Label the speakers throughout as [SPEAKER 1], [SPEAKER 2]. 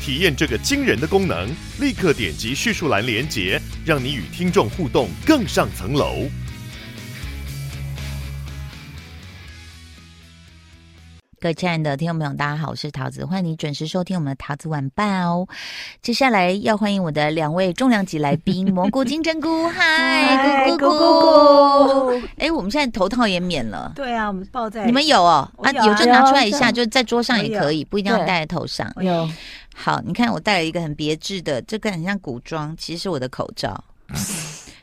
[SPEAKER 1] 体验这个惊人的功能，立刻点击叙述栏连接，让你与听众互动更上层楼。
[SPEAKER 2] 各位亲爱的听众朋友，大家好，我是桃子，欢迎你准时收听我们的桃子晚报哦。接下来要欢迎我的两位重量级来 宾，蘑菇金针菇，嗨，
[SPEAKER 3] 嗨
[SPEAKER 2] 咕咕咕
[SPEAKER 3] 咕咕咕
[SPEAKER 2] 哎，我们现在头套也免了，
[SPEAKER 3] 对啊，我们抱在
[SPEAKER 2] 你们有哦？
[SPEAKER 3] 我有啊
[SPEAKER 2] 有就拿出来一
[SPEAKER 3] 有
[SPEAKER 2] 下，
[SPEAKER 3] 啊
[SPEAKER 2] 就在桌上也可以，不一定要
[SPEAKER 3] 对
[SPEAKER 2] 戴在头上。
[SPEAKER 3] 有
[SPEAKER 2] 好，你看我戴了一个很别致的，这个很像古装，其实是我的口罩。
[SPEAKER 3] 嗯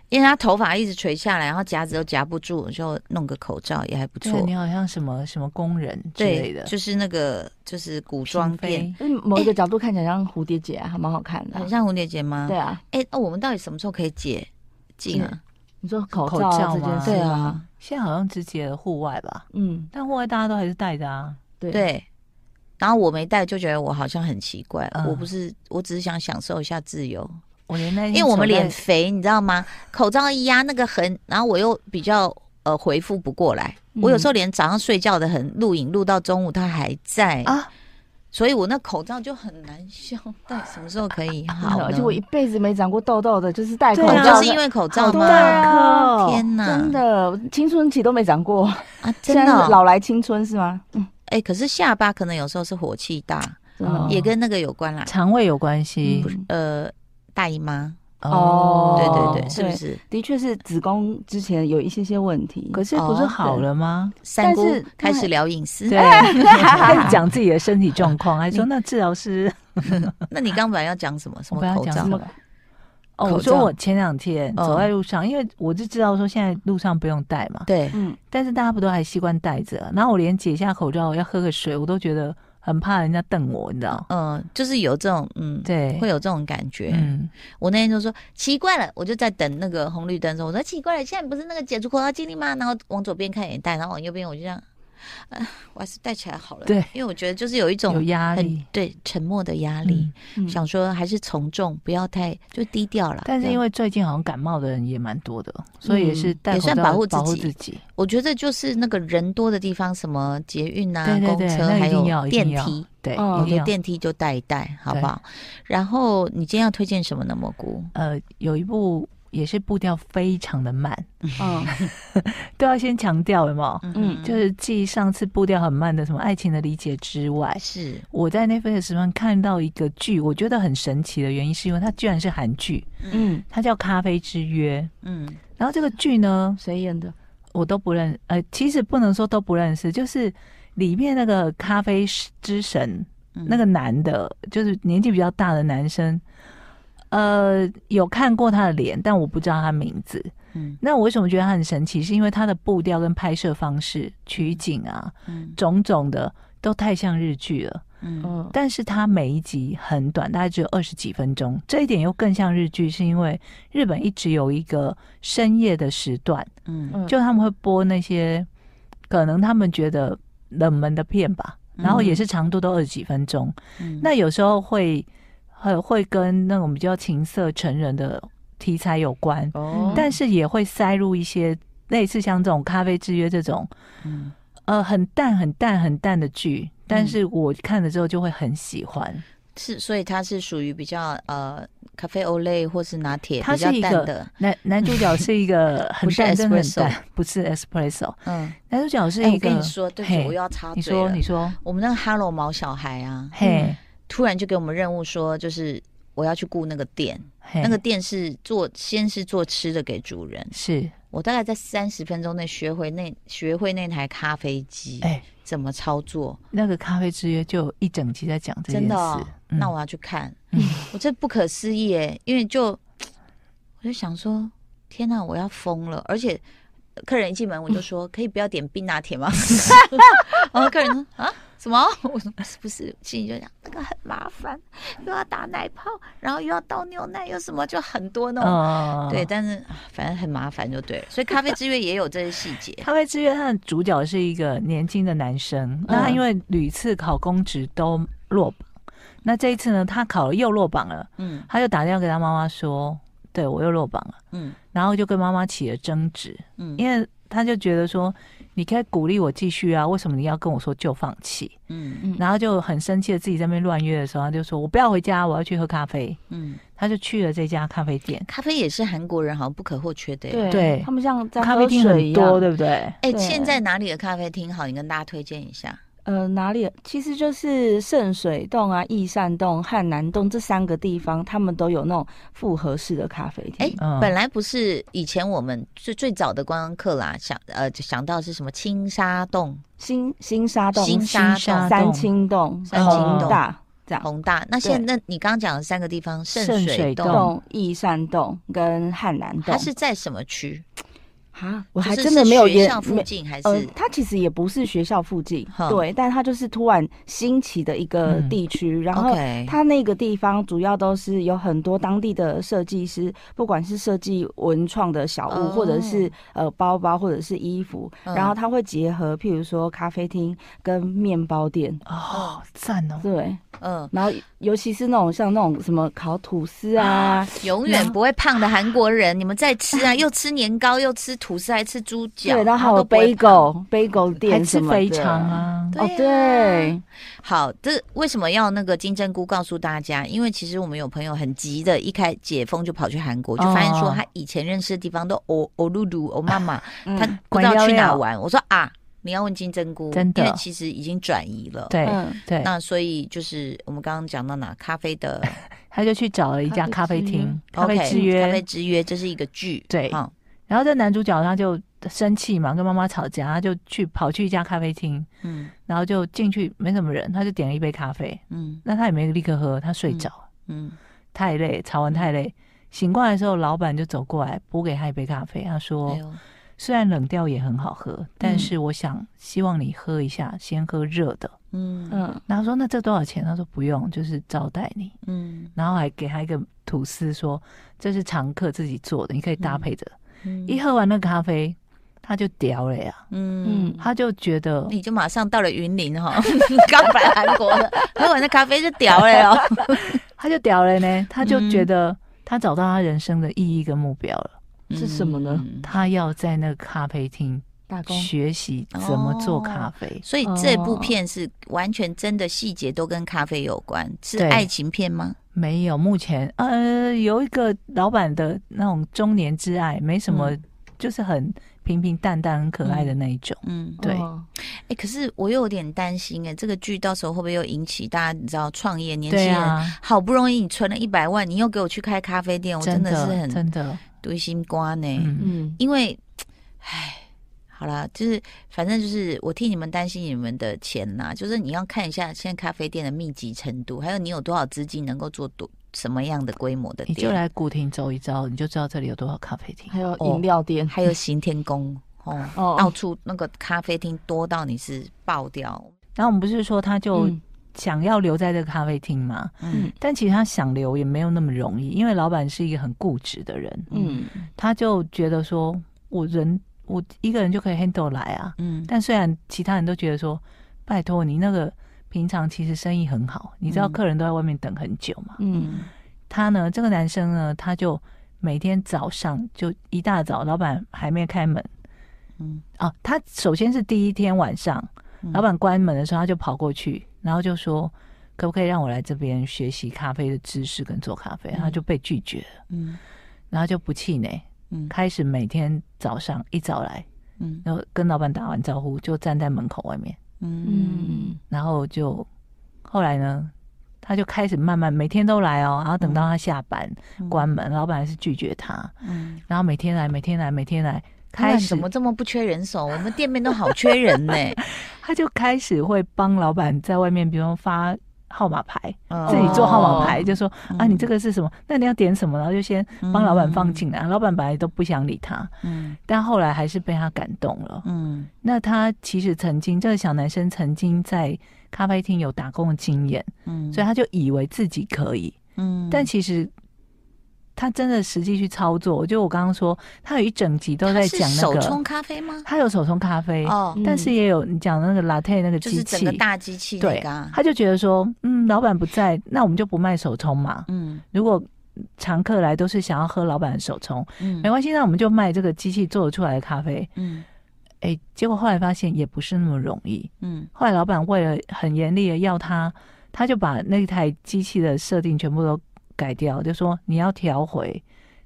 [SPEAKER 2] 因为他头发一直垂下来，然后夹子都夹不住，我就弄个口罩也还不
[SPEAKER 4] 对
[SPEAKER 2] 错
[SPEAKER 4] 你。好像什么什么工人之类
[SPEAKER 2] 对
[SPEAKER 4] 的，，
[SPEAKER 2] 就是那个就是古
[SPEAKER 4] 嫔
[SPEAKER 2] 装
[SPEAKER 4] 妃
[SPEAKER 2] 店，
[SPEAKER 3] 嗯某一个角度看起来像蝴蝶结、啊，还蛮好看的啊、
[SPEAKER 2] 很像蝴蝶结吗？
[SPEAKER 3] 对啊，
[SPEAKER 2] 哎、那我们到底什么时候可以解禁啊？
[SPEAKER 3] 你说口
[SPEAKER 4] 口
[SPEAKER 3] 罩啊
[SPEAKER 4] 罩
[SPEAKER 3] 这件
[SPEAKER 4] 吗
[SPEAKER 3] 事，
[SPEAKER 2] 对啊，，
[SPEAKER 4] 现在好像只解了户外吧，
[SPEAKER 3] 嗯，
[SPEAKER 4] 但户外大家都还是戴着啊。
[SPEAKER 3] 对
[SPEAKER 2] 对。然后我没带，就觉得我好像很奇怪。
[SPEAKER 4] 嗯
[SPEAKER 2] 我不是，我只是想享受一下自由，
[SPEAKER 4] 我连那
[SPEAKER 2] 因为我们脸肥，你知道吗？口罩一压那个痕，然后我又比较呃回复不过来。
[SPEAKER 3] 嗯
[SPEAKER 2] 我有时候连早上睡觉的痕，录影录到中午它还在，
[SPEAKER 4] 啊，
[SPEAKER 2] 所以我那口罩就很难笑。到底什么时候可以好
[SPEAKER 3] 真的
[SPEAKER 2] 呢？
[SPEAKER 3] 而且我一辈子没长过痘痘的，就是戴口
[SPEAKER 4] 对
[SPEAKER 2] 哦
[SPEAKER 4] 啊
[SPEAKER 3] 罩，
[SPEAKER 2] 就是因为口罩
[SPEAKER 3] 好
[SPEAKER 2] 吗？
[SPEAKER 3] 大颗哦，
[SPEAKER 2] 天哪
[SPEAKER 3] 真的，我青春期都没长过，
[SPEAKER 2] 啊，
[SPEAKER 3] 现
[SPEAKER 2] 真
[SPEAKER 3] 在
[SPEAKER 2] 的
[SPEAKER 3] 是
[SPEAKER 2] 哦
[SPEAKER 3] 老来青春是吗？嗯，
[SPEAKER 2] 哎、可是下巴可能有时候是火气大，
[SPEAKER 3] 真的
[SPEAKER 4] 哦
[SPEAKER 2] 也跟那个有关啦。
[SPEAKER 4] 肠胃有关系
[SPEAKER 3] 嗯
[SPEAKER 2] 呃，大姨妈，
[SPEAKER 3] 哦
[SPEAKER 2] 对对对，
[SPEAKER 3] 哦
[SPEAKER 2] 是不是？
[SPEAKER 3] 的确是子宫之前有一些些问 题，
[SPEAKER 4] 可是不是好了吗？
[SPEAKER 2] 三姑
[SPEAKER 3] 但是
[SPEAKER 2] 开始聊隐私。哎
[SPEAKER 4] 对，开始讲自己的身体状况，还说那治疗师
[SPEAKER 2] 那你刚本来要讲什么？什
[SPEAKER 4] 我
[SPEAKER 2] 么
[SPEAKER 4] 本来
[SPEAKER 2] 口
[SPEAKER 4] 讲
[SPEAKER 2] 罩
[SPEAKER 4] 什？么？哦，
[SPEAKER 2] 口
[SPEAKER 4] 我说
[SPEAKER 2] 罩
[SPEAKER 4] 我前两天
[SPEAKER 2] 嗯
[SPEAKER 4] 走在路上，因为我就知道说现在路上不用戴嘛，
[SPEAKER 2] 对，
[SPEAKER 3] 嗯，
[SPEAKER 4] 但是大家不都还习惯戴着？然后我连解下口罩要喝个水，我都觉得很怕人家瞪我，你知道？
[SPEAKER 2] 嗯、就是有这种，嗯，
[SPEAKER 4] 对，
[SPEAKER 2] 会有这种感觉。
[SPEAKER 4] 嗯，
[SPEAKER 2] 我那天就说奇怪了，我就在等那个红绿灯的时候，我说奇怪了，现在不是那个解除口罩禁令吗？然后往左边看也戴，然后往右边我就这样，呃，我还是戴起来好了。
[SPEAKER 4] 对
[SPEAKER 2] 因为我觉得就是有一种
[SPEAKER 4] 有压
[SPEAKER 2] 很
[SPEAKER 4] 力。
[SPEAKER 2] 对沉默的压力，
[SPEAKER 3] 嗯
[SPEAKER 2] 想说还是从众，不要太就低调了。
[SPEAKER 4] 但是
[SPEAKER 2] 这样嗯
[SPEAKER 4] 因为最近好像感冒的人也蛮多的，所以也是戴
[SPEAKER 2] 也
[SPEAKER 4] 口
[SPEAKER 2] 算
[SPEAKER 4] 罩
[SPEAKER 2] 保护自
[SPEAKER 4] 保护
[SPEAKER 2] 己
[SPEAKER 4] 自己。
[SPEAKER 2] 我觉得就是那个人多的地方，什么捷运啊、
[SPEAKER 4] 对对
[SPEAKER 2] 公
[SPEAKER 4] 对，
[SPEAKER 2] 车，
[SPEAKER 4] 那
[SPEAKER 2] 还
[SPEAKER 4] 一定
[SPEAKER 2] 有
[SPEAKER 4] 要一定
[SPEAKER 2] 电
[SPEAKER 4] 要
[SPEAKER 2] 梯，
[SPEAKER 4] 对，
[SPEAKER 3] 嗯
[SPEAKER 2] 我
[SPEAKER 4] 一定
[SPEAKER 2] 觉得
[SPEAKER 4] 要。
[SPEAKER 2] 电梯就带一带，好不好？然后你今天要推荐什么呢？蘑菇？
[SPEAKER 4] 呃，有一部也是步调非常的慢，
[SPEAKER 3] 嗯
[SPEAKER 4] 都要先强调，有没有？
[SPEAKER 3] 嗯
[SPEAKER 4] 就是继上次步调很慢的什么《爱情的理解》之外，
[SPEAKER 2] 是
[SPEAKER 4] 我在 Netflix 上看到一个剧，我觉得很神奇的原因是因为它居然是韩剧，
[SPEAKER 3] 嗯，
[SPEAKER 4] 它叫《咖啡之约》。
[SPEAKER 2] 嗯
[SPEAKER 4] 然后这个剧呢，
[SPEAKER 3] 谁演的？
[SPEAKER 4] 我都不认，呃，其实不能说都不认识，就是里面那个咖啡师之神，
[SPEAKER 2] 嗯
[SPEAKER 4] 那个男的，就是年纪比较大的男生，呃，有看过他的脸，但我不知道他名字。
[SPEAKER 2] 嗯
[SPEAKER 4] 那我为什么觉得他很神奇？是因为他的步调跟拍摄方式、取景啊，
[SPEAKER 2] 嗯
[SPEAKER 4] 种种的都太像日剧了。
[SPEAKER 2] 嗯
[SPEAKER 3] 嗯，
[SPEAKER 4] 但是他每一集很短，大概只有二十几分钟，这一点又更像日剧，是因为日本一直有一个深夜的时段，
[SPEAKER 2] 嗯
[SPEAKER 3] 嗯
[SPEAKER 4] 就他们会播那些可能他们觉得冷门的片吧，然后也是长度都二十几分钟。
[SPEAKER 2] 嗯
[SPEAKER 4] 那有时候会呃会跟那种比较情色成人的题材有关，
[SPEAKER 3] 哦
[SPEAKER 4] 但是也会塞入一些类似像这种咖啡制约这种
[SPEAKER 2] 嗯
[SPEAKER 4] 呃很淡很淡很淡的剧，但是我看了之后就会很喜欢。
[SPEAKER 2] 是，所以它是属于比较呃咖啡欧蕾或是拿铁
[SPEAKER 4] 它
[SPEAKER 2] 比较
[SPEAKER 4] 是一
[SPEAKER 2] 淡
[SPEAKER 4] 个
[SPEAKER 2] 的，
[SPEAKER 4] 男男主角是 一个很
[SPEAKER 2] 不是
[SPEAKER 4] 淡，真的很
[SPEAKER 2] espresso
[SPEAKER 4] 淡，不是 espresso。
[SPEAKER 2] 嗯。
[SPEAKER 4] 男主角是
[SPEAKER 2] 哎，
[SPEAKER 4] 一
[SPEAKER 2] 我
[SPEAKER 4] 个，
[SPEAKER 2] 跟你说，对不啊嗯起，
[SPEAKER 4] 嘿
[SPEAKER 2] 我又要插
[SPEAKER 4] 你
[SPEAKER 2] 嘴
[SPEAKER 4] 说
[SPEAKER 2] 了
[SPEAKER 4] 你。说，
[SPEAKER 2] 我们那个哈喽毛小孩啊，
[SPEAKER 4] 嘿
[SPEAKER 2] 突然就给我们任务说，就是我要去雇那个店，
[SPEAKER 4] 嘿，
[SPEAKER 2] 那个店是做先是做吃的给主人，
[SPEAKER 4] 是
[SPEAKER 2] 我大概在三十分钟内学会那学会那台咖啡机、
[SPEAKER 4] 哎。
[SPEAKER 2] 怎么操作，
[SPEAKER 4] 那个咖啡之约就有一整集在讲这件
[SPEAKER 2] 真
[SPEAKER 4] 事，
[SPEAKER 2] 的哦、
[SPEAKER 4] 嗯
[SPEAKER 2] 那我要去看，
[SPEAKER 4] 嗯
[SPEAKER 2] 我这不可思议哎，因为就我就想说，天哪、我要疯了，而且。嗯 客人一进门，我就说：“可以不要点冰拿铁吗？”然后客人说：“啊，什么？我说不是不是，心里就想那个很麻烦，又要打奶泡，然后又要倒牛奶，又什么，就很多那种。
[SPEAKER 4] 嗯，
[SPEAKER 2] 对，但是啊反正很麻烦就对了。所以咖啡之月也有这些细节
[SPEAKER 4] 《。咖啡之月》它的主角是一个年轻的男生，
[SPEAKER 2] 嗯
[SPEAKER 4] 那他因为屡次考公职都落榜，那这一次呢，他考了又落榜了，
[SPEAKER 2] 嗯
[SPEAKER 4] 他就打电话给他妈妈说：“对我又落榜了。
[SPEAKER 2] 嗯”
[SPEAKER 4] 然后就跟妈妈起了争执，
[SPEAKER 2] 嗯
[SPEAKER 4] 因为他就觉得说，你可以鼓励我继续啊，为什么你要跟我说就放弃？
[SPEAKER 2] 嗯
[SPEAKER 3] 嗯
[SPEAKER 4] 然后就很生气的自己在那边乱约的时候，他就说：“我不要回家，我要去喝咖啡。
[SPEAKER 2] 嗯，”
[SPEAKER 4] 他就去了这家咖啡店，
[SPEAKER 2] 咖啡也是韩国人好像不可或缺的耶。
[SPEAKER 3] 对
[SPEAKER 4] 对
[SPEAKER 3] 他们像在
[SPEAKER 4] 咖啡
[SPEAKER 3] 喝
[SPEAKER 4] 厅
[SPEAKER 3] 水
[SPEAKER 4] 很
[SPEAKER 3] 一
[SPEAKER 4] 多，
[SPEAKER 3] 样。
[SPEAKER 4] 对不对？
[SPEAKER 2] 哎、
[SPEAKER 3] 对
[SPEAKER 2] 现在哪里的咖啡厅好？你跟大家推荐一下。
[SPEAKER 3] 呃，哪里？其实就是圣水洞啊、益善洞、汉南洞这三个地方，他们都有那种复合式的咖啡
[SPEAKER 2] 哎、
[SPEAKER 3] 厅。
[SPEAKER 4] 嗯
[SPEAKER 2] 本来不是以前我们最最早的观光客啦，想呃就想到是什么青沙洞、
[SPEAKER 3] 新新沙洞、
[SPEAKER 2] 新沙洞、
[SPEAKER 3] 三清洞、
[SPEAKER 2] 三
[SPEAKER 4] 清
[SPEAKER 3] 宏
[SPEAKER 4] 洞
[SPEAKER 3] 大这样。
[SPEAKER 2] 宏大。那现在那你刚刚讲的三个地方，圣
[SPEAKER 4] 圣
[SPEAKER 2] 水
[SPEAKER 4] 水
[SPEAKER 2] 洞，
[SPEAKER 3] 洞、益善洞跟汉南洞
[SPEAKER 2] 它，是在什么区？
[SPEAKER 3] 啊，我
[SPEAKER 2] 就
[SPEAKER 3] 还
[SPEAKER 2] 是
[SPEAKER 3] 真的
[SPEAKER 2] 是
[SPEAKER 3] 没有
[SPEAKER 2] 学
[SPEAKER 3] 研
[SPEAKER 2] 校附
[SPEAKER 3] 没
[SPEAKER 2] 近还是？
[SPEAKER 3] 呃，它其实也不是学校附近
[SPEAKER 2] 哼，
[SPEAKER 3] 对，但它就是突然兴起的一个
[SPEAKER 4] 嗯
[SPEAKER 3] 地区，然后
[SPEAKER 2] OK
[SPEAKER 3] 它那个地方主要都是有很多当地的设计师，不管是设计文创的小物，
[SPEAKER 2] 哦
[SPEAKER 3] 或者是呃包包，或者是衣服，
[SPEAKER 2] 嗯
[SPEAKER 3] 然后它会结合，譬如说咖啡厅跟面包店，
[SPEAKER 4] 哦，赞哦！
[SPEAKER 3] 对，
[SPEAKER 2] 嗯，
[SPEAKER 3] 然后尤其是那种像那种什么烤吐司啊，
[SPEAKER 2] 永远不会胖的韩国人，你们在吃 啊，又吃年糕，又吃吐司，还吃猪脚，
[SPEAKER 3] 对，然后还
[SPEAKER 2] 都
[SPEAKER 3] 有哦
[SPEAKER 2] 不会胖
[SPEAKER 3] bagel bagel
[SPEAKER 4] 还
[SPEAKER 3] 店
[SPEAKER 4] 吃
[SPEAKER 3] 什么的，
[SPEAKER 4] 肥肠啊，
[SPEAKER 2] 对
[SPEAKER 3] 哦，
[SPEAKER 2] 啊
[SPEAKER 3] 对，
[SPEAKER 2] 好，这为什么要那个金针菇告诉大家？因为其实我们有朋友很急的，一开解封就跑去韩国，就发现说
[SPEAKER 4] 哦
[SPEAKER 2] 他以前认识的地方都哦哦露露哦妈妈，
[SPEAKER 3] 嗯
[SPEAKER 2] 他不知
[SPEAKER 4] 管
[SPEAKER 2] 道
[SPEAKER 4] 要
[SPEAKER 2] 去哪
[SPEAKER 4] 要
[SPEAKER 2] 玩。我说啊，你要问金针菇，
[SPEAKER 4] 真的
[SPEAKER 2] 因为其实已经转移了。，
[SPEAKER 4] 对
[SPEAKER 3] 嗯
[SPEAKER 4] 对，
[SPEAKER 2] 那所以就是我们刚刚讲到哪？咖啡的
[SPEAKER 4] 他就去找了一家咖
[SPEAKER 3] 咖
[SPEAKER 4] 啡
[SPEAKER 3] 啡之约
[SPEAKER 4] 厅， 咖啡
[SPEAKER 2] OK，
[SPEAKER 4] 之约
[SPEAKER 2] 咖啡之约，这是一个剧。
[SPEAKER 4] 对
[SPEAKER 2] 啊，
[SPEAKER 4] 然后这男主角他就生气嘛，跟妈妈吵架，他就去跑去一家咖啡厅，
[SPEAKER 2] 嗯
[SPEAKER 4] 然后就进去没什么人，他就点了一杯咖啡，
[SPEAKER 2] 嗯
[SPEAKER 4] 那他也没立刻喝，他睡着，
[SPEAKER 2] 嗯，
[SPEAKER 4] 太累，吵完太累。醒过来的时候，老板就走过来补给他一杯咖啡。他说：“
[SPEAKER 2] 哎呦，
[SPEAKER 4] 虽然冷掉也很好喝，但是我想希望你喝一下，先喝热的。
[SPEAKER 2] 嗯
[SPEAKER 3] 嗯”
[SPEAKER 4] 然后说：“那这多少钱？”他说：“不用，就是招待你。
[SPEAKER 2] 嗯”
[SPEAKER 4] 然后还给他一个吐司说：“这是常客自己做的，你可以搭配着。
[SPEAKER 2] 嗯
[SPEAKER 4] 一喝完那个咖啡，他就屌了呀、
[SPEAKER 2] 嗯
[SPEAKER 3] 嗯
[SPEAKER 4] 他就觉得
[SPEAKER 2] 哦你就马上到了云林哈， 刚来韩国的，喝完那咖啡就屌了哦 哟。
[SPEAKER 4] 他就屌了呢，他就觉
[SPEAKER 2] 嗯
[SPEAKER 4] 得他找到他人生的意义跟目标了，
[SPEAKER 3] 是什么呢
[SPEAKER 2] 嗯
[SPEAKER 4] 他要在那个咖啡厅
[SPEAKER 3] 打工。
[SPEAKER 4] 学习怎么做咖啡。
[SPEAKER 2] 所以这部片是完全真的细节都跟咖啡有关，是
[SPEAKER 4] 对
[SPEAKER 2] 爱情片吗？
[SPEAKER 4] 没有，目前呃有一个老板的那种中年之爱，没什
[SPEAKER 2] 嗯
[SPEAKER 4] 么，就是很平平淡淡、很可爱的那一种。
[SPEAKER 2] 嗯，
[SPEAKER 4] 对
[SPEAKER 3] 哦
[SPEAKER 2] 哎、可是我又有点担心哎、这个剧到时候会不会又引起大家你知道创业年轻
[SPEAKER 4] 对
[SPEAKER 2] 人、
[SPEAKER 4] 啊，
[SPEAKER 2] 好不容易你存了一百万，你又给我去开咖啡店，我哦真的是
[SPEAKER 4] 的
[SPEAKER 2] 很
[SPEAKER 4] 真的，
[SPEAKER 2] 堆心瓜呢、
[SPEAKER 4] 嗯，
[SPEAKER 3] 嗯，
[SPEAKER 2] 因为，唉，好啦，就是反正就是我替你们担心你们的钱呐、就是你要看一下现在咖啡店的密集程度，还有你有多少资金能够做多什么样的规模的
[SPEAKER 4] 你就
[SPEAKER 2] 店，
[SPEAKER 4] 来古亭走一遭，你就知道这里有多少咖啡厅。
[SPEAKER 3] 还有
[SPEAKER 2] 饮
[SPEAKER 3] 饮料店，
[SPEAKER 2] 还有行天宫哦，
[SPEAKER 3] 哦
[SPEAKER 2] 到处那个咖啡厅多到你是爆掉，
[SPEAKER 4] 然后我们不是说他就
[SPEAKER 3] 嗯
[SPEAKER 4] 想要留在这个咖啡厅吗？
[SPEAKER 2] 嗯
[SPEAKER 4] 但其实他想留也没有那么容易，因为老板是一个很固执的人，
[SPEAKER 3] 嗯
[SPEAKER 4] 他就觉得说，我人我一个人就可以 handle 来啊。
[SPEAKER 2] 嗯
[SPEAKER 4] 但虽然其他人都觉得说，拜托你那个平常其实生意很好，你知道
[SPEAKER 2] 嗯
[SPEAKER 4] 客人都在外面等很久嘛。
[SPEAKER 3] 嗯
[SPEAKER 4] 他呢，这个男生呢，他就每天早上就一大早，老板还没开门
[SPEAKER 2] 嗯，
[SPEAKER 4] 啊，他首先是第一天晚上，
[SPEAKER 2] 嗯
[SPEAKER 4] 老板关门的时候，他就跑过去，然后就说：“可不可以让我来这边学习咖啡的知识跟做咖啡？”
[SPEAKER 2] 嗯
[SPEAKER 4] 他就被拒绝了，
[SPEAKER 2] 嗯
[SPEAKER 4] 然后就不气馁，
[SPEAKER 2] 嗯
[SPEAKER 4] 开始每天早上一早来，
[SPEAKER 2] 嗯
[SPEAKER 4] 然后跟老板打完招呼，就站在门口外面，
[SPEAKER 2] 嗯
[SPEAKER 3] 嗯
[SPEAKER 4] 然后就后来呢，他就开始慢慢每天都来哦，然后等到他下班、
[SPEAKER 2] 嗯
[SPEAKER 4] 关门，老板还是拒绝他，
[SPEAKER 2] 嗯，
[SPEAKER 4] 然后每天来，每天来，每天来，
[SPEAKER 2] 开
[SPEAKER 4] 开
[SPEAKER 2] 始
[SPEAKER 4] 始
[SPEAKER 2] 怎么这么不缺人手？我们店面都好缺人 呢、
[SPEAKER 4] 他就开始会帮老板在外面，比方发号码牌。
[SPEAKER 2] 嗯
[SPEAKER 4] 自己做号码牌，就说啊，
[SPEAKER 2] 嗯
[SPEAKER 4] 你这个是什么？那你要点什么？然后就先帮老板放进来。老板本来都不想理他，
[SPEAKER 2] 嗯
[SPEAKER 4] 但后来还是被他感动了。
[SPEAKER 2] 嗯
[SPEAKER 4] 那他其实曾经，这个小男生曾经在咖啡厅有打工的经验，
[SPEAKER 2] 嗯
[SPEAKER 4] 所以他就以为自己可以，
[SPEAKER 2] 嗯
[SPEAKER 4] 但其实他真的实际去操作，就我刚刚说，他有一整集都在讲
[SPEAKER 2] 是
[SPEAKER 4] 那
[SPEAKER 2] 手
[SPEAKER 4] 个，
[SPEAKER 2] 冲咖啡吗？
[SPEAKER 4] 他有手冲咖啡，
[SPEAKER 2] 哦，
[SPEAKER 4] 但是也有你讲那个 latte 那个
[SPEAKER 2] 就
[SPEAKER 4] 机器，
[SPEAKER 2] 是整个大机器那
[SPEAKER 4] 对
[SPEAKER 2] 个啊，
[SPEAKER 4] 他就觉得说，嗯，老板不在，那我们就不卖手冲嘛。
[SPEAKER 2] 嗯
[SPEAKER 4] 如果常客来都是想要喝老板的手冲，
[SPEAKER 2] 嗯
[SPEAKER 4] 没关系，那我们就卖这个机器做得出来的咖啡。
[SPEAKER 2] 嗯
[SPEAKER 4] 哎、结果后来发现也不是那么容易。
[SPEAKER 2] 嗯
[SPEAKER 4] 后来老板为了很严厉的要他，他就把那台机器的设定全部都改掉，就说你要调回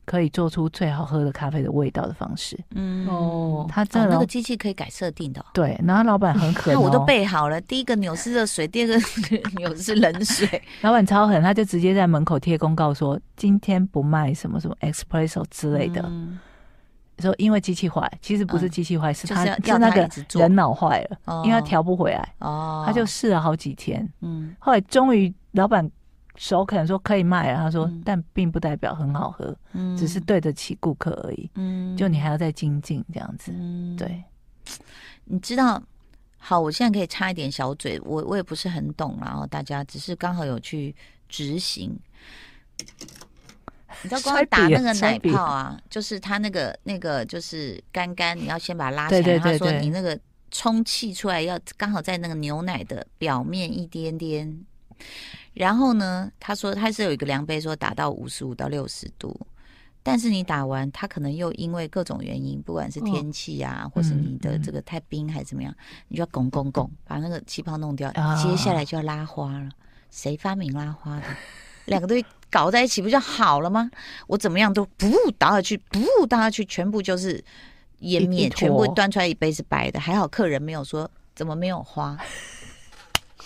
[SPEAKER 4] 可以做出最好喝的咖啡的味道的方式。
[SPEAKER 2] 嗯
[SPEAKER 3] 哦
[SPEAKER 4] 他
[SPEAKER 2] 哦
[SPEAKER 4] 真的、
[SPEAKER 2] 那个机器可以改设定的哦。
[SPEAKER 4] 对，然后老板很狠、哦，
[SPEAKER 2] 那 我都备好了，第一个钮是热水，第二个钮是冷水。
[SPEAKER 4] 老板超狠，他就直接在门口贴公告说今天不卖什么什么 espresso 之类的，
[SPEAKER 2] 嗯
[SPEAKER 4] 说因为机器坏，其实不是机器坏，是他
[SPEAKER 2] 就是要
[SPEAKER 4] 是那
[SPEAKER 2] 要他一
[SPEAKER 4] 个
[SPEAKER 2] 直做
[SPEAKER 4] 人脑坏了，
[SPEAKER 2] 哦
[SPEAKER 4] 因为他调不回来，
[SPEAKER 2] 哦，
[SPEAKER 4] 他就试了好几天，
[SPEAKER 2] 嗯
[SPEAKER 4] 后来终于老板首肯说可以卖了，他说、
[SPEAKER 2] 嗯
[SPEAKER 4] 但并不代表很好喝，
[SPEAKER 2] 嗯
[SPEAKER 4] 只是对得起顾客而已，
[SPEAKER 2] 嗯
[SPEAKER 4] 就你还要再精进这样子，
[SPEAKER 2] 嗯
[SPEAKER 4] 对，
[SPEAKER 2] 你知道，好，我现在可以插一点小嘴，我我也不是很懂啦，然后大家只是刚好有去执行。你知 道光
[SPEAKER 4] 摔
[SPEAKER 2] 打
[SPEAKER 4] 笔
[SPEAKER 2] 那个
[SPEAKER 4] 摔
[SPEAKER 2] 奶
[SPEAKER 4] 笔
[SPEAKER 2] 泡啊，就是它那个那个就是干干，你要先把它拉起来。
[SPEAKER 4] 对对
[SPEAKER 2] 然后他
[SPEAKER 4] 对
[SPEAKER 2] 说
[SPEAKER 4] 对
[SPEAKER 2] 你那个充气出来要刚好在那个牛奶的表面一点点。然后呢，他说他是有一个量杯说打到五十五到六十度，但是你打完，它可能又因为各种原因，不管是
[SPEAKER 3] 哦
[SPEAKER 2] 天气啊，或是你的
[SPEAKER 4] 嗯
[SPEAKER 2] 这个太冰还是怎么样，你就要拱拱拱，把那个气泡弄掉，
[SPEAKER 4] 啊
[SPEAKER 2] 接下来就要拉花了。谁发明拉花的？两个东西搞在一起不就好了吗？我怎么样都不倒下去，不倒下去，全部就是
[SPEAKER 4] 一
[SPEAKER 2] 颜
[SPEAKER 4] 一
[SPEAKER 2] 面，
[SPEAKER 4] 坨
[SPEAKER 2] 全部端出来一杯是白的。还好客人没有说怎么没有花。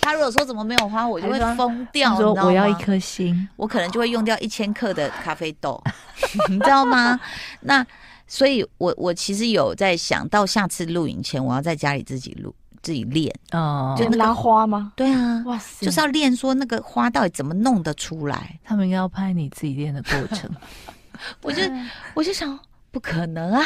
[SPEAKER 2] 他如果说怎么没有花，我就会
[SPEAKER 4] 还说
[SPEAKER 2] 疯掉，
[SPEAKER 4] 他
[SPEAKER 2] 你知道
[SPEAKER 4] 说
[SPEAKER 2] 吗？
[SPEAKER 4] 我要一颗心，
[SPEAKER 2] 我可能就会用掉一千克的咖啡豆， 你知道吗？那所以我，我其实有在想到下次录影前，我要在家里自己录自己练。
[SPEAKER 4] 哦，
[SPEAKER 3] 就拉花吗？
[SPEAKER 2] 对啊，
[SPEAKER 3] 哇塞，
[SPEAKER 2] 就是要练说那个花到底怎么弄得出来。
[SPEAKER 4] 他们应该要拍你自己练的过 程，
[SPEAKER 2] 我就我就想，不可能啊，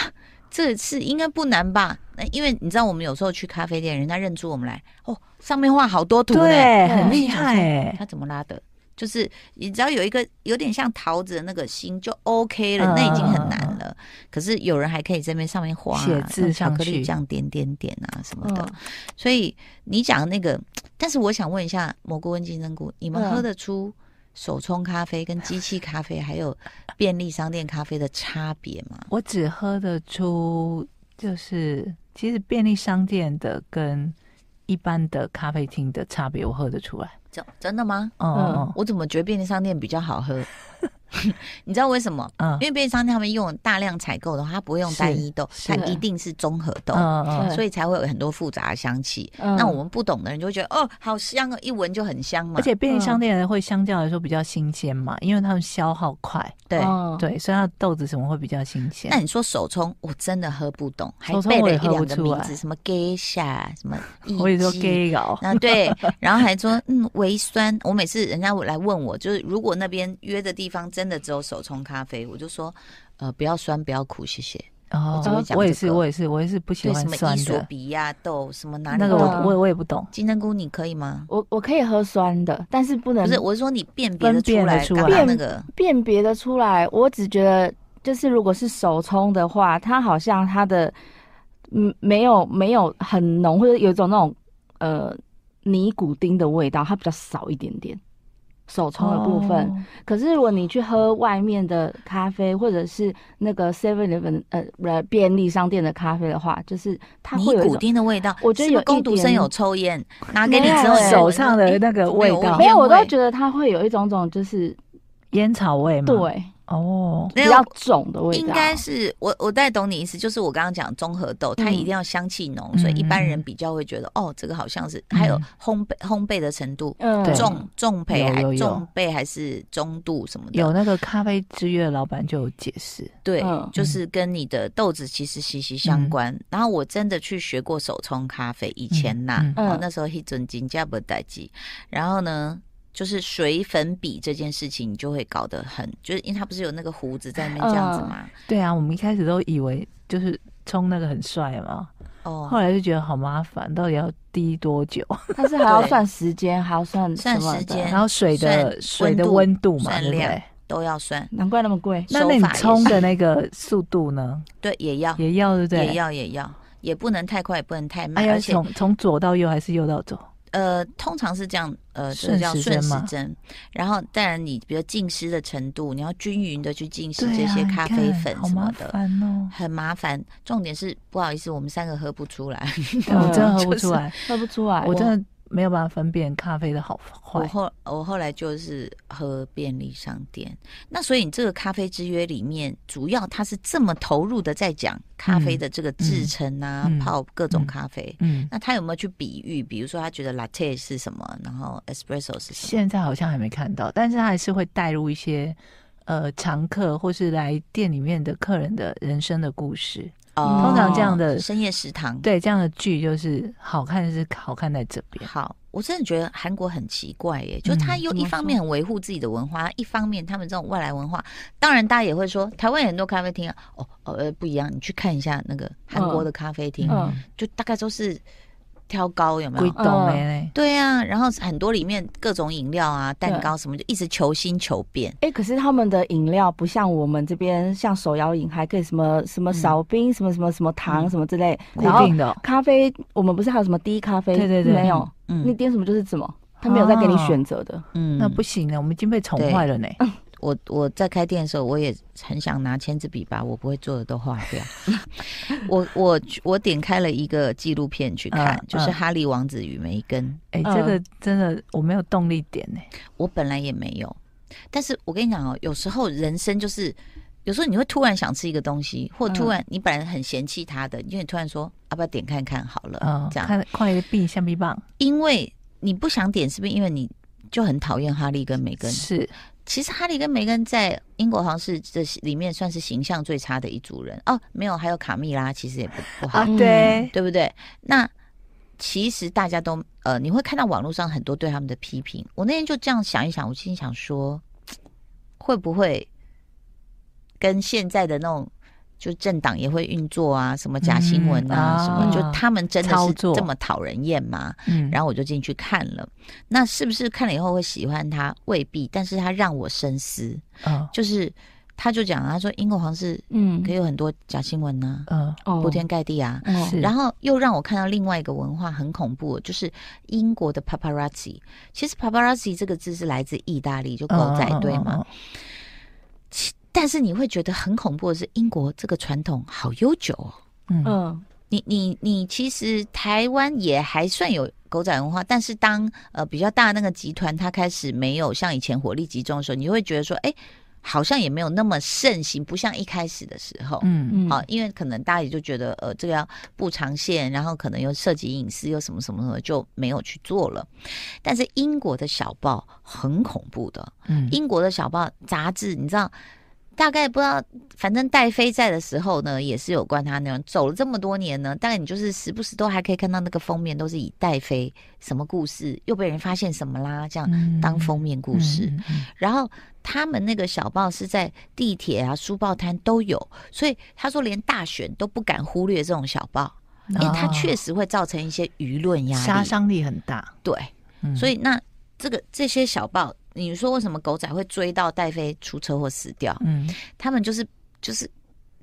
[SPEAKER 2] 这次应该不难吧？那因为你知道，我们有时候去咖啡店，人家认出我们来，哦，上面画好多图呢，
[SPEAKER 4] 对，
[SPEAKER 2] 哦
[SPEAKER 4] 很厉害哎、
[SPEAKER 2] 他怎么拉的？就是你只要有一个有点像桃子的那个心就 OK 了，
[SPEAKER 4] 嗯
[SPEAKER 2] 那已经很难了。可是有人还可以在那边上面画、啊、
[SPEAKER 4] 写字
[SPEAKER 2] 用巧克
[SPEAKER 4] 上
[SPEAKER 2] 力
[SPEAKER 4] 去
[SPEAKER 2] 酱点点点啊什么的。
[SPEAKER 3] 嗯
[SPEAKER 2] 所以你讲那个，但是我想问一下蘑菇跟金针菇，你们
[SPEAKER 3] 嗯
[SPEAKER 2] 喝得出手冲咖啡跟机器咖啡还有便利商店咖啡的差别吗？
[SPEAKER 4] 我只喝得出，就是其实便利商店的跟一般的咖啡厅的差别，我喝得出来。
[SPEAKER 2] 真真的吗？
[SPEAKER 4] 哦
[SPEAKER 2] 我怎么觉得便利商店比较好喝？ 你知道为什么？
[SPEAKER 4] 嗯
[SPEAKER 2] 因为便利商店他们用大量采购的话，它不会用单一豆，
[SPEAKER 4] 是
[SPEAKER 2] 它
[SPEAKER 4] 是
[SPEAKER 2] 一定是综合豆，
[SPEAKER 4] 嗯嗯，
[SPEAKER 3] 对
[SPEAKER 2] 所以才会有很多复杂的香气。
[SPEAKER 3] 嗯
[SPEAKER 2] 那我们不懂的人就会觉得哦，好香哦，一闻就很香嘛。
[SPEAKER 4] 而且便利
[SPEAKER 2] 嗯
[SPEAKER 4] 商店的会相较来说比较新鲜嘛，因为他们消耗快，
[SPEAKER 2] 对，
[SPEAKER 3] 嗯，
[SPEAKER 4] 对，所以它的豆子什么会比较新鲜
[SPEAKER 2] 那。你说手冲，我真的喝不懂，还
[SPEAKER 4] 手冲
[SPEAKER 2] 背
[SPEAKER 4] 我
[SPEAKER 2] 了
[SPEAKER 4] 也
[SPEAKER 2] 一
[SPEAKER 4] 喝不
[SPEAKER 2] 两个名
[SPEAKER 4] 出
[SPEAKER 2] 字，
[SPEAKER 4] 来
[SPEAKER 2] 什么 geisha，什么
[SPEAKER 4] 我也说
[SPEAKER 2] 意基
[SPEAKER 4] gay 佬，
[SPEAKER 2] 啊，对，然后还说嗯微酸，我每次人家来问我，就是如果那边约的地方真的只有手冲咖啡，我就说呃不要酸不要苦，谢谢。我只会
[SPEAKER 4] 哦
[SPEAKER 2] 讲
[SPEAKER 4] 我也
[SPEAKER 2] 这
[SPEAKER 4] 是，
[SPEAKER 2] 个
[SPEAKER 4] 我也是，我也是不喜
[SPEAKER 2] 对
[SPEAKER 4] 欢
[SPEAKER 2] 什么
[SPEAKER 4] 酸
[SPEAKER 2] 伊索
[SPEAKER 4] 的。
[SPEAKER 2] 比啊亚豆什么哪里
[SPEAKER 4] 那个我
[SPEAKER 3] 嗯
[SPEAKER 4] 我我也不懂，
[SPEAKER 2] 金针菇你可以吗？
[SPEAKER 3] 我我可以喝酸的，但是不能
[SPEAKER 2] 不是，我是说你辨别的
[SPEAKER 4] 分
[SPEAKER 2] 出
[SPEAKER 4] 辨
[SPEAKER 2] 来，
[SPEAKER 4] 得出
[SPEAKER 2] 刚
[SPEAKER 4] 来
[SPEAKER 2] 刚那个
[SPEAKER 3] 辨别的出来。我只觉得，就是如果是手冲的话，它好像它的嗯没有没有很浓，或者有一种那种呃尼古丁的味道，它比较少一点点。手冲的部分，
[SPEAKER 4] 哦
[SPEAKER 3] 可是如果你去喝外面的咖啡，或者是那个 Seven Eleven 呃呃便利商店的咖啡的话，就是它
[SPEAKER 2] 尼
[SPEAKER 3] 会有一
[SPEAKER 2] 古
[SPEAKER 3] 种
[SPEAKER 2] 丁的味道。
[SPEAKER 3] 我觉得
[SPEAKER 2] 是不是
[SPEAKER 3] 有一
[SPEAKER 2] 工读生
[SPEAKER 3] 点
[SPEAKER 2] 有抽烟，拿给你之后
[SPEAKER 3] 没有
[SPEAKER 2] 你
[SPEAKER 3] 手
[SPEAKER 2] 闻
[SPEAKER 4] 上
[SPEAKER 2] 说
[SPEAKER 4] 的
[SPEAKER 2] 诶
[SPEAKER 4] 那个
[SPEAKER 2] 怎么有
[SPEAKER 4] 味道
[SPEAKER 3] 没有，我都
[SPEAKER 2] 味
[SPEAKER 3] 觉得它会有一种种就是
[SPEAKER 4] 烟草味嘛。，
[SPEAKER 3] 对
[SPEAKER 4] 哦，
[SPEAKER 2] 没
[SPEAKER 3] 比
[SPEAKER 2] 有
[SPEAKER 3] 较重的味道，
[SPEAKER 2] 应该是我我大概懂你意思，就是我刚刚讲综合豆，它
[SPEAKER 3] 嗯
[SPEAKER 2] 一定要香气浓，
[SPEAKER 4] 嗯
[SPEAKER 2] 所以一般人比较会觉得哦，这个好像是还有烘焙烘焙的程度，
[SPEAKER 3] 嗯
[SPEAKER 4] 对
[SPEAKER 2] 重重焙
[SPEAKER 4] 有
[SPEAKER 2] 还
[SPEAKER 4] 有有
[SPEAKER 2] 重焙还是中度什么的，
[SPEAKER 4] 有那个咖啡之约的老板就有解释。
[SPEAKER 2] 对
[SPEAKER 3] 嗯，
[SPEAKER 2] 就是跟你的豆子其实息息相关。然后我真的去学过手冲咖啡，以前呐、
[SPEAKER 4] 嗯嗯
[SPEAKER 3] 嗯
[SPEAKER 2] 哦，那时候一准金加不带机，然后呢。就是水粉笔这件事情，你就会搞得很，就是因为它不是有那个
[SPEAKER 4] 嗯
[SPEAKER 2] 胡子在那边这样子嘛，
[SPEAKER 4] 对啊，我们一开始都以为就是冲那个很帅嘛，
[SPEAKER 2] 哦嗯
[SPEAKER 4] 后来就觉得好麻烦，到底要滴多久？
[SPEAKER 3] 但是还要
[SPEAKER 2] 对
[SPEAKER 3] 算时间，还要算
[SPEAKER 2] 算
[SPEAKER 3] 什么
[SPEAKER 2] 时
[SPEAKER 3] 的
[SPEAKER 2] 间
[SPEAKER 4] 然后水的
[SPEAKER 2] 算
[SPEAKER 4] 水的温
[SPEAKER 2] 温
[SPEAKER 4] 度嘛，
[SPEAKER 2] 算
[SPEAKER 4] 对不
[SPEAKER 2] 量
[SPEAKER 4] 对？
[SPEAKER 2] 都要算，
[SPEAKER 3] 难怪那么贵。
[SPEAKER 4] 那那
[SPEAKER 2] 手
[SPEAKER 4] 你
[SPEAKER 2] 法也
[SPEAKER 4] 冲
[SPEAKER 2] 是
[SPEAKER 4] 的那个速 度呢，
[SPEAKER 2] 对，也要
[SPEAKER 4] 也要对不对？
[SPEAKER 2] 也。要也要，也不能太快，也不能太
[SPEAKER 4] 哎
[SPEAKER 2] 慢，
[SPEAKER 4] 呀，
[SPEAKER 2] 而且
[SPEAKER 4] 从从左到右还是右到左？
[SPEAKER 2] 呃，通常是这样，呃，就
[SPEAKER 4] 顺
[SPEAKER 2] 叫
[SPEAKER 4] 时
[SPEAKER 2] 顺
[SPEAKER 4] 针
[SPEAKER 2] 时
[SPEAKER 4] 吗
[SPEAKER 2] 针。然后，当然你比如浸湿的程度，你要均匀的去浸湿
[SPEAKER 4] 对
[SPEAKER 2] 这
[SPEAKER 4] 啊
[SPEAKER 2] 些
[SPEAKER 4] 你
[SPEAKER 2] 咖啡
[SPEAKER 4] 看
[SPEAKER 2] 粉
[SPEAKER 4] 好
[SPEAKER 2] 什么
[SPEAKER 4] 麻
[SPEAKER 2] 的，
[SPEAKER 4] 烦 哦。
[SPEAKER 2] 很麻烦。重点是不好意思，我们三个喝不出来。
[SPEAKER 4] 对我真的
[SPEAKER 2] 啊
[SPEAKER 4] 喝不
[SPEAKER 2] 就是
[SPEAKER 4] 出来，
[SPEAKER 3] 喝不出来，
[SPEAKER 4] 我真的没有办法分辨咖啡的好坏
[SPEAKER 2] 我。后我后来就是喝便利商店。那所以你这个咖啡之约里面，主要它是这么投入的在讲咖啡
[SPEAKER 4] 嗯
[SPEAKER 2] 的这个制成啊，
[SPEAKER 4] 嗯
[SPEAKER 2] 泡各种
[SPEAKER 4] 嗯
[SPEAKER 2] 咖啡。
[SPEAKER 4] 嗯，
[SPEAKER 2] 那他有没有去比喻？比如说，他觉得 latte 是什么，然后 espresso 是什么？
[SPEAKER 4] 现在好像还没看到，但是他还是会带入一些呃常客或是来店里面的客人的人生的故事。
[SPEAKER 2] 哦
[SPEAKER 4] 通常这样的
[SPEAKER 2] 深夜食堂。
[SPEAKER 4] 对这样的剧，就是好看是好看在这边。
[SPEAKER 2] 好，我真的觉得韩国很奇怪耶，就是他
[SPEAKER 4] 嗯
[SPEAKER 2] 又
[SPEAKER 4] 怎
[SPEAKER 2] 一
[SPEAKER 4] 么
[SPEAKER 2] 方
[SPEAKER 4] 说
[SPEAKER 2] 面很维护自己的文化，一方面他们这种外来文化，当然大家也会说，台湾有很多咖啡厅啊，哦哦呃不一样，你去看一下那个韩国的咖啡厅，
[SPEAKER 3] 嗯
[SPEAKER 2] 就大概都是挑高有没
[SPEAKER 4] 鬼
[SPEAKER 2] 有？
[SPEAKER 4] 懂没嘞？
[SPEAKER 2] 对啊，然后很多里面各种饮料啊、蛋糕什么，就一直求新求变。
[SPEAKER 3] 哎、可是他们的饮料不像我们这边，像手摇饮还可以什么什么少冰、什么什么什么糖、什么之类。
[SPEAKER 4] 固
[SPEAKER 3] 嗯然后
[SPEAKER 4] 定的哦，
[SPEAKER 3] 咖啡，我们不是还有什么低咖啡？
[SPEAKER 4] 对对对
[SPEAKER 3] 没有，你
[SPEAKER 2] 嗯
[SPEAKER 3] 点什么就是什么，他没有再给你
[SPEAKER 4] 哦
[SPEAKER 3] 选择的。啊
[SPEAKER 2] 嗯，
[SPEAKER 4] 那不行了，我们已经被宠坏了呢。
[SPEAKER 2] 我我在开店的时候，我也很想拿签字笔把我不会做的都画 掉。我我我点开了一个纪录片去看，
[SPEAKER 4] 嗯
[SPEAKER 2] 就是《
[SPEAKER 4] 嗯
[SPEAKER 2] 哈利王子与梅根》，
[SPEAKER 4] 哎，
[SPEAKER 3] 嗯
[SPEAKER 4] 这个真的我没有动力点呢。
[SPEAKER 2] 我本来也没有，但是我跟你讲哦，有时候人生就是，有时候你会突然想吃一个东西，或
[SPEAKER 4] 嗯
[SPEAKER 2] 突然你本来很嫌弃它的，因为你突然说要不要点看看好了，
[SPEAKER 4] 嗯，
[SPEAKER 2] 这样
[SPEAKER 4] 看快一臂橡皮棒
[SPEAKER 2] 因为你不想点，是不是因为你就很讨厌哈利跟梅根？
[SPEAKER 4] 是
[SPEAKER 2] 其实哈利跟梅根在英国皇室这里面算是形象最差的一组人哦，没有，还有卡蜜拉，其实也不不好，
[SPEAKER 4] 啊，
[SPEAKER 3] 嗯
[SPEAKER 4] 对，
[SPEAKER 2] 对不对？那其实大家都呃，你会看到网络上很多对他们的批评。我那天就这样想一想，我心想说，会不会跟现在的那种就政党也会运作啊，什么假新闻啊，
[SPEAKER 4] 嗯
[SPEAKER 2] 什么，
[SPEAKER 4] 啊
[SPEAKER 2] 就他们真的
[SPEAKER 4] 操
[SPEAKER 2] 是
[SPEAKER 4] 作
[SPEAKER 2] 这么讨人厌吗？
[SPEAKER 4] 嗯，
[SPEAKER 2] 然后我就进去看了，那是不是看了以后会喜欢他？未必，但是他让我深思，
[SPEAKER 4] 嗯
[SPEAKER 2] 就是他就讲，啊他说英国皇室
[SPEAKER 3] 嗯
[SPEAKER 2] 可以有很多假新闻呐、
[SPEAKER 4] 嗯，
[SPEAKER 3] 哦
[SPEAKER 2] 铺天盖地啊。
[SPEAKER 3] 哦
[SPEAKER 4] 是，
[SPEAKER 2] 然后又让我看到另外一个文化很恐怖，哦就是英国的 paparazzi。其实 paparazzi 这个字是来自意大利，就狗仔队嘛。
[SPEAKER 4] 嗯？嗯嗯嗯
[SPEAKER 2] 其但是你会觉得很恐怖的是，英国这个传统好悠久哦。
[SPEAKER 4] 嗯
[SPEAKER 3] 嗯
[SPEAKER 2] 你你你，其实台湾也还算有狗仔文化，但是当呃比较大那个集团它开始没有像以前火力集中的时候，你会觉得说，哎，好像也没有那么盛行，不像一开始的时候。
[SPEAKER 4] 嗯
[SPEAKER 3] 嗯，
[SPEAKER 2] 好，因为可能大家也就觉得，呃，这个要布长线，然后可能又涉及隐私，又什么什么什么，就没有去做了。但是英国的小报很恐怖的，
[SPEAKER 4] 嗯
[SPEAKER 2] 英国的小报杂志，你知道，大概不知道，反正戴妃在的时候呢，也是有关他那种走了这么多年呢，大概你就是时不时都还可以看到那个封面都是以戴妃什么故事，又被人发现什么啦，这样
[SPEAKER 4] 嗯
[SPEAKER 2] 当封面故事。，
[SPEAKER 4] 嗯嗯
[SPEAKER 2] 然后他们那个小报是在地铁啊、书报摊都有，所以他说连大选都不敢忽略这种小报，因
[SPEAKER 4] 嗯
[SPEAKER 2] 为它确
[SPEAKER 4] 哦
[SPEAKER 2] 实会造成一些舆论压力。
[SPEAKER 4] 杀伤力很大，
[SPEAKER 2] 对，
[SPEAKER 4] 嗯
[SPEAKER 2] 所以那这个这些小报，你说为什么狗仔会追到戴妃出车祸死掉？
[SPEAKER 4] 嗯
[SPEAKER 2] 他们就是就是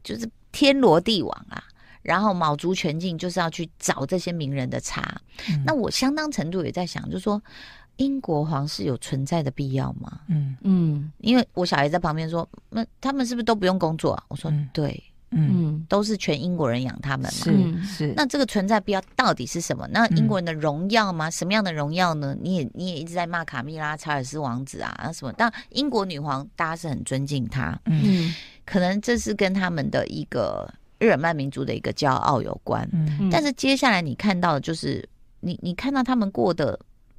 [SPEAKER 2] 就是天罗地网啊。然后卯足全劲就是要去找这些名人的茬。
[SPEAKER 4] 嗯
[SPEAKER 2] 那我相当程度也在想，就是说英国皇室有存在的必要吗？
[SPEAKER 4] 嗯
[SPEAKER 3] 嗯
[SPEAKER 2] 因为我小孩在旁边说，那他们是不是都不用工作啊？我说、
[SPEAKER 4] 嗯
[SPEAKER 2] 对，
[SPEAKER 4] 嗯
[SPEAKER 3] 嗯
[SPEAKER 2] 都是全英国人养他们嘛。
[SPEAKER 4] 是是
[SPEAKER 2] 那这个存在必要到底是什么？那
[SPEAKER 4] 嗯
[SPEAKER 2] 英国人的荣耀吗？什么样的荣耀呢？你也你也一直在骂卡蜜拉、查尔斯王子啊啊什么？但英国女皇大家是很尊敬她，
[SPEAKER 4] 嗯
[SPEAKER 3] 嗯
[SPEAKER 2] 可能这是跟他们的一个日耳曼民族的一个骄傲有关。
[SPEAKER 4] 嗯
[SPEAKER 3] 嗯，
[SPEAKER 2] 但是接下来你看到的就是你你看到他们过的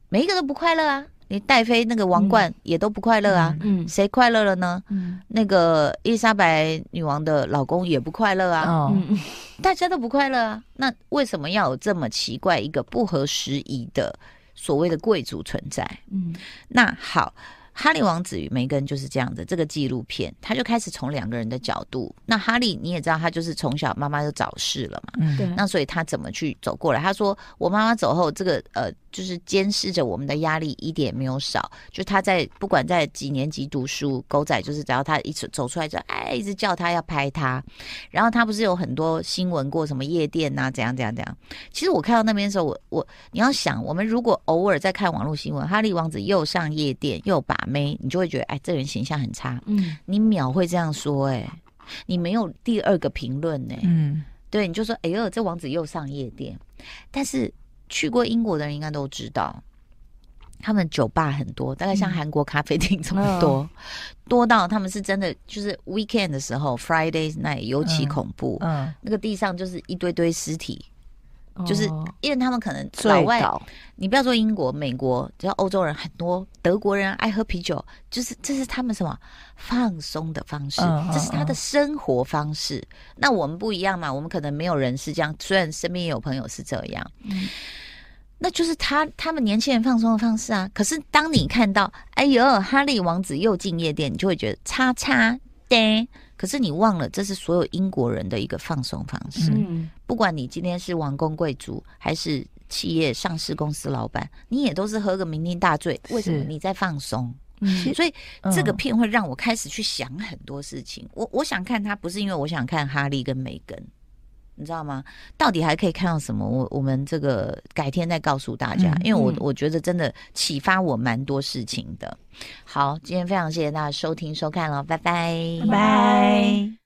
[SPEAKER 2] 每一个都不快乐啊，你戴妃那个王冠也都不快乐啊，
[SPEAKER 3] 嗯
[SPEAKER 2] 谁快乐了呢？
[SPEAKER 3] 嗯
[SPEAKER 2] 那个伊丽莎白女王的老公也不快乐啊，
[SPEAKER 4] 哦
[SPEAKER 3] 嗯
[SPEAKER 2] 大家都不快乐啊。那为什么要有这么奇怪一个不合时宜的所谓的贵族存在？
[SPEAKER 3] 嗯
[SPEAKER 2] 那好，哈利王子与梅根就是这样的这个纪录片，他就开始从两个人的角度。那哈利你也知道，他就是从小妈妈就早逝了嘛，
[SPEAKER 4] 嗯，
[SPEAKER 3] 对，
[SPEAKER 2] 那所以他怎么去走过来？他说：“我妈妈走后，这个呃，就是监视着我们的压力一点也没有少。就他在不管在几年级读书，狗仔就是只要他一走走出来就哎，一直叫他要拍他。然后他不是有很多新闻过什么夜店呐、怎样怎样怎样。其实我看到那边的时候，我我你要想，我们如果偶尔在看网络新闻，哈利王子又上夜店又把妹，你就会觉得哎，这人形象很差。
[SPEAKER 3] 嗯，
[SPEAKER 2] 你秒会这样说哎、你没有第二个评论哎、
[SPEAKER 4] 嗯，
[SPEAKER 2] 对，你就说，哎呦，这王子又上夜店。但是去过英国的人应该都知道，他们酒吧很多，大概像
[SPEAKER 3] 嗯
[SPEAKER 2] 韩国咖啡厅这么
[SPEAKER 3] 嗯
[SPEAKER 2] 多，多到他们是真的就是 weekend 的时候，Friday night 尤其
[SPEAKER 4] 嗯
[SPEAKER 2] 恐怖，
[SPEAKER 4] 嗯，
[SPEAKER 2] 那个地上就是一堆堆尸体，就是
[SPEAKER 3] 哦
[SPEAKER 2] 因为他们可能老
[SPEAKER 4] 醉
[SPEAKER 2] 外
[SPEAKER 4] 倒，
[SPEAKER 2] 你不要说英国、美国，只要欧洲人很多，德国人爱喝啤酒，就是这是他们什么放松的方式，
[SPEAKER 4] 嗯嗯
[SPEAKER 2] 这是他的
[SPEAKER 4] 嗯
[SPEAKER 2] 生活方式。那我们不一样嘛，我们可能没有人是这样，虽然身边也有朋友是这样，
[SPEAKER 3] 嗯
[SPEAKER 2] 那就是他他们年轻人放松的方式啊。可是当你看到，哎呦，哈利王子又进夜店，你就会觉得叉叉的。可是你忘了，这是所有英国人的一个放松方式。
[SPEAKER 3] 嗯
[SPEAKER 2] 不管你今天是王公贵族还是企业上市公司老板，你也都是喝个酩酊大醉。为什么
[SPEAKER 4] 是
[SPEAKER 2] 你在放松？
[SPEAKER 3] 嗯
[SPEAKER 2] 所以这个
[SPEAKER 4] 嗯
[SPEAKER 2] 片会让我开始去想很多事情。我我想看它，不是因为我想看哈利跟梅根，你知道吗？到底还可以看到什么？我我们这个改天再告诉大家，
[SPEAKER 4] 嗯
[SPEAKER 2] 因为我
[SPEAKER 3] 嗯
[SPEAKER 2] 我觉得真的启发我蛮多事情的。好，今天非常谢谢大家收听收看了，拜拜
[SPEAKER 4] 拜拜。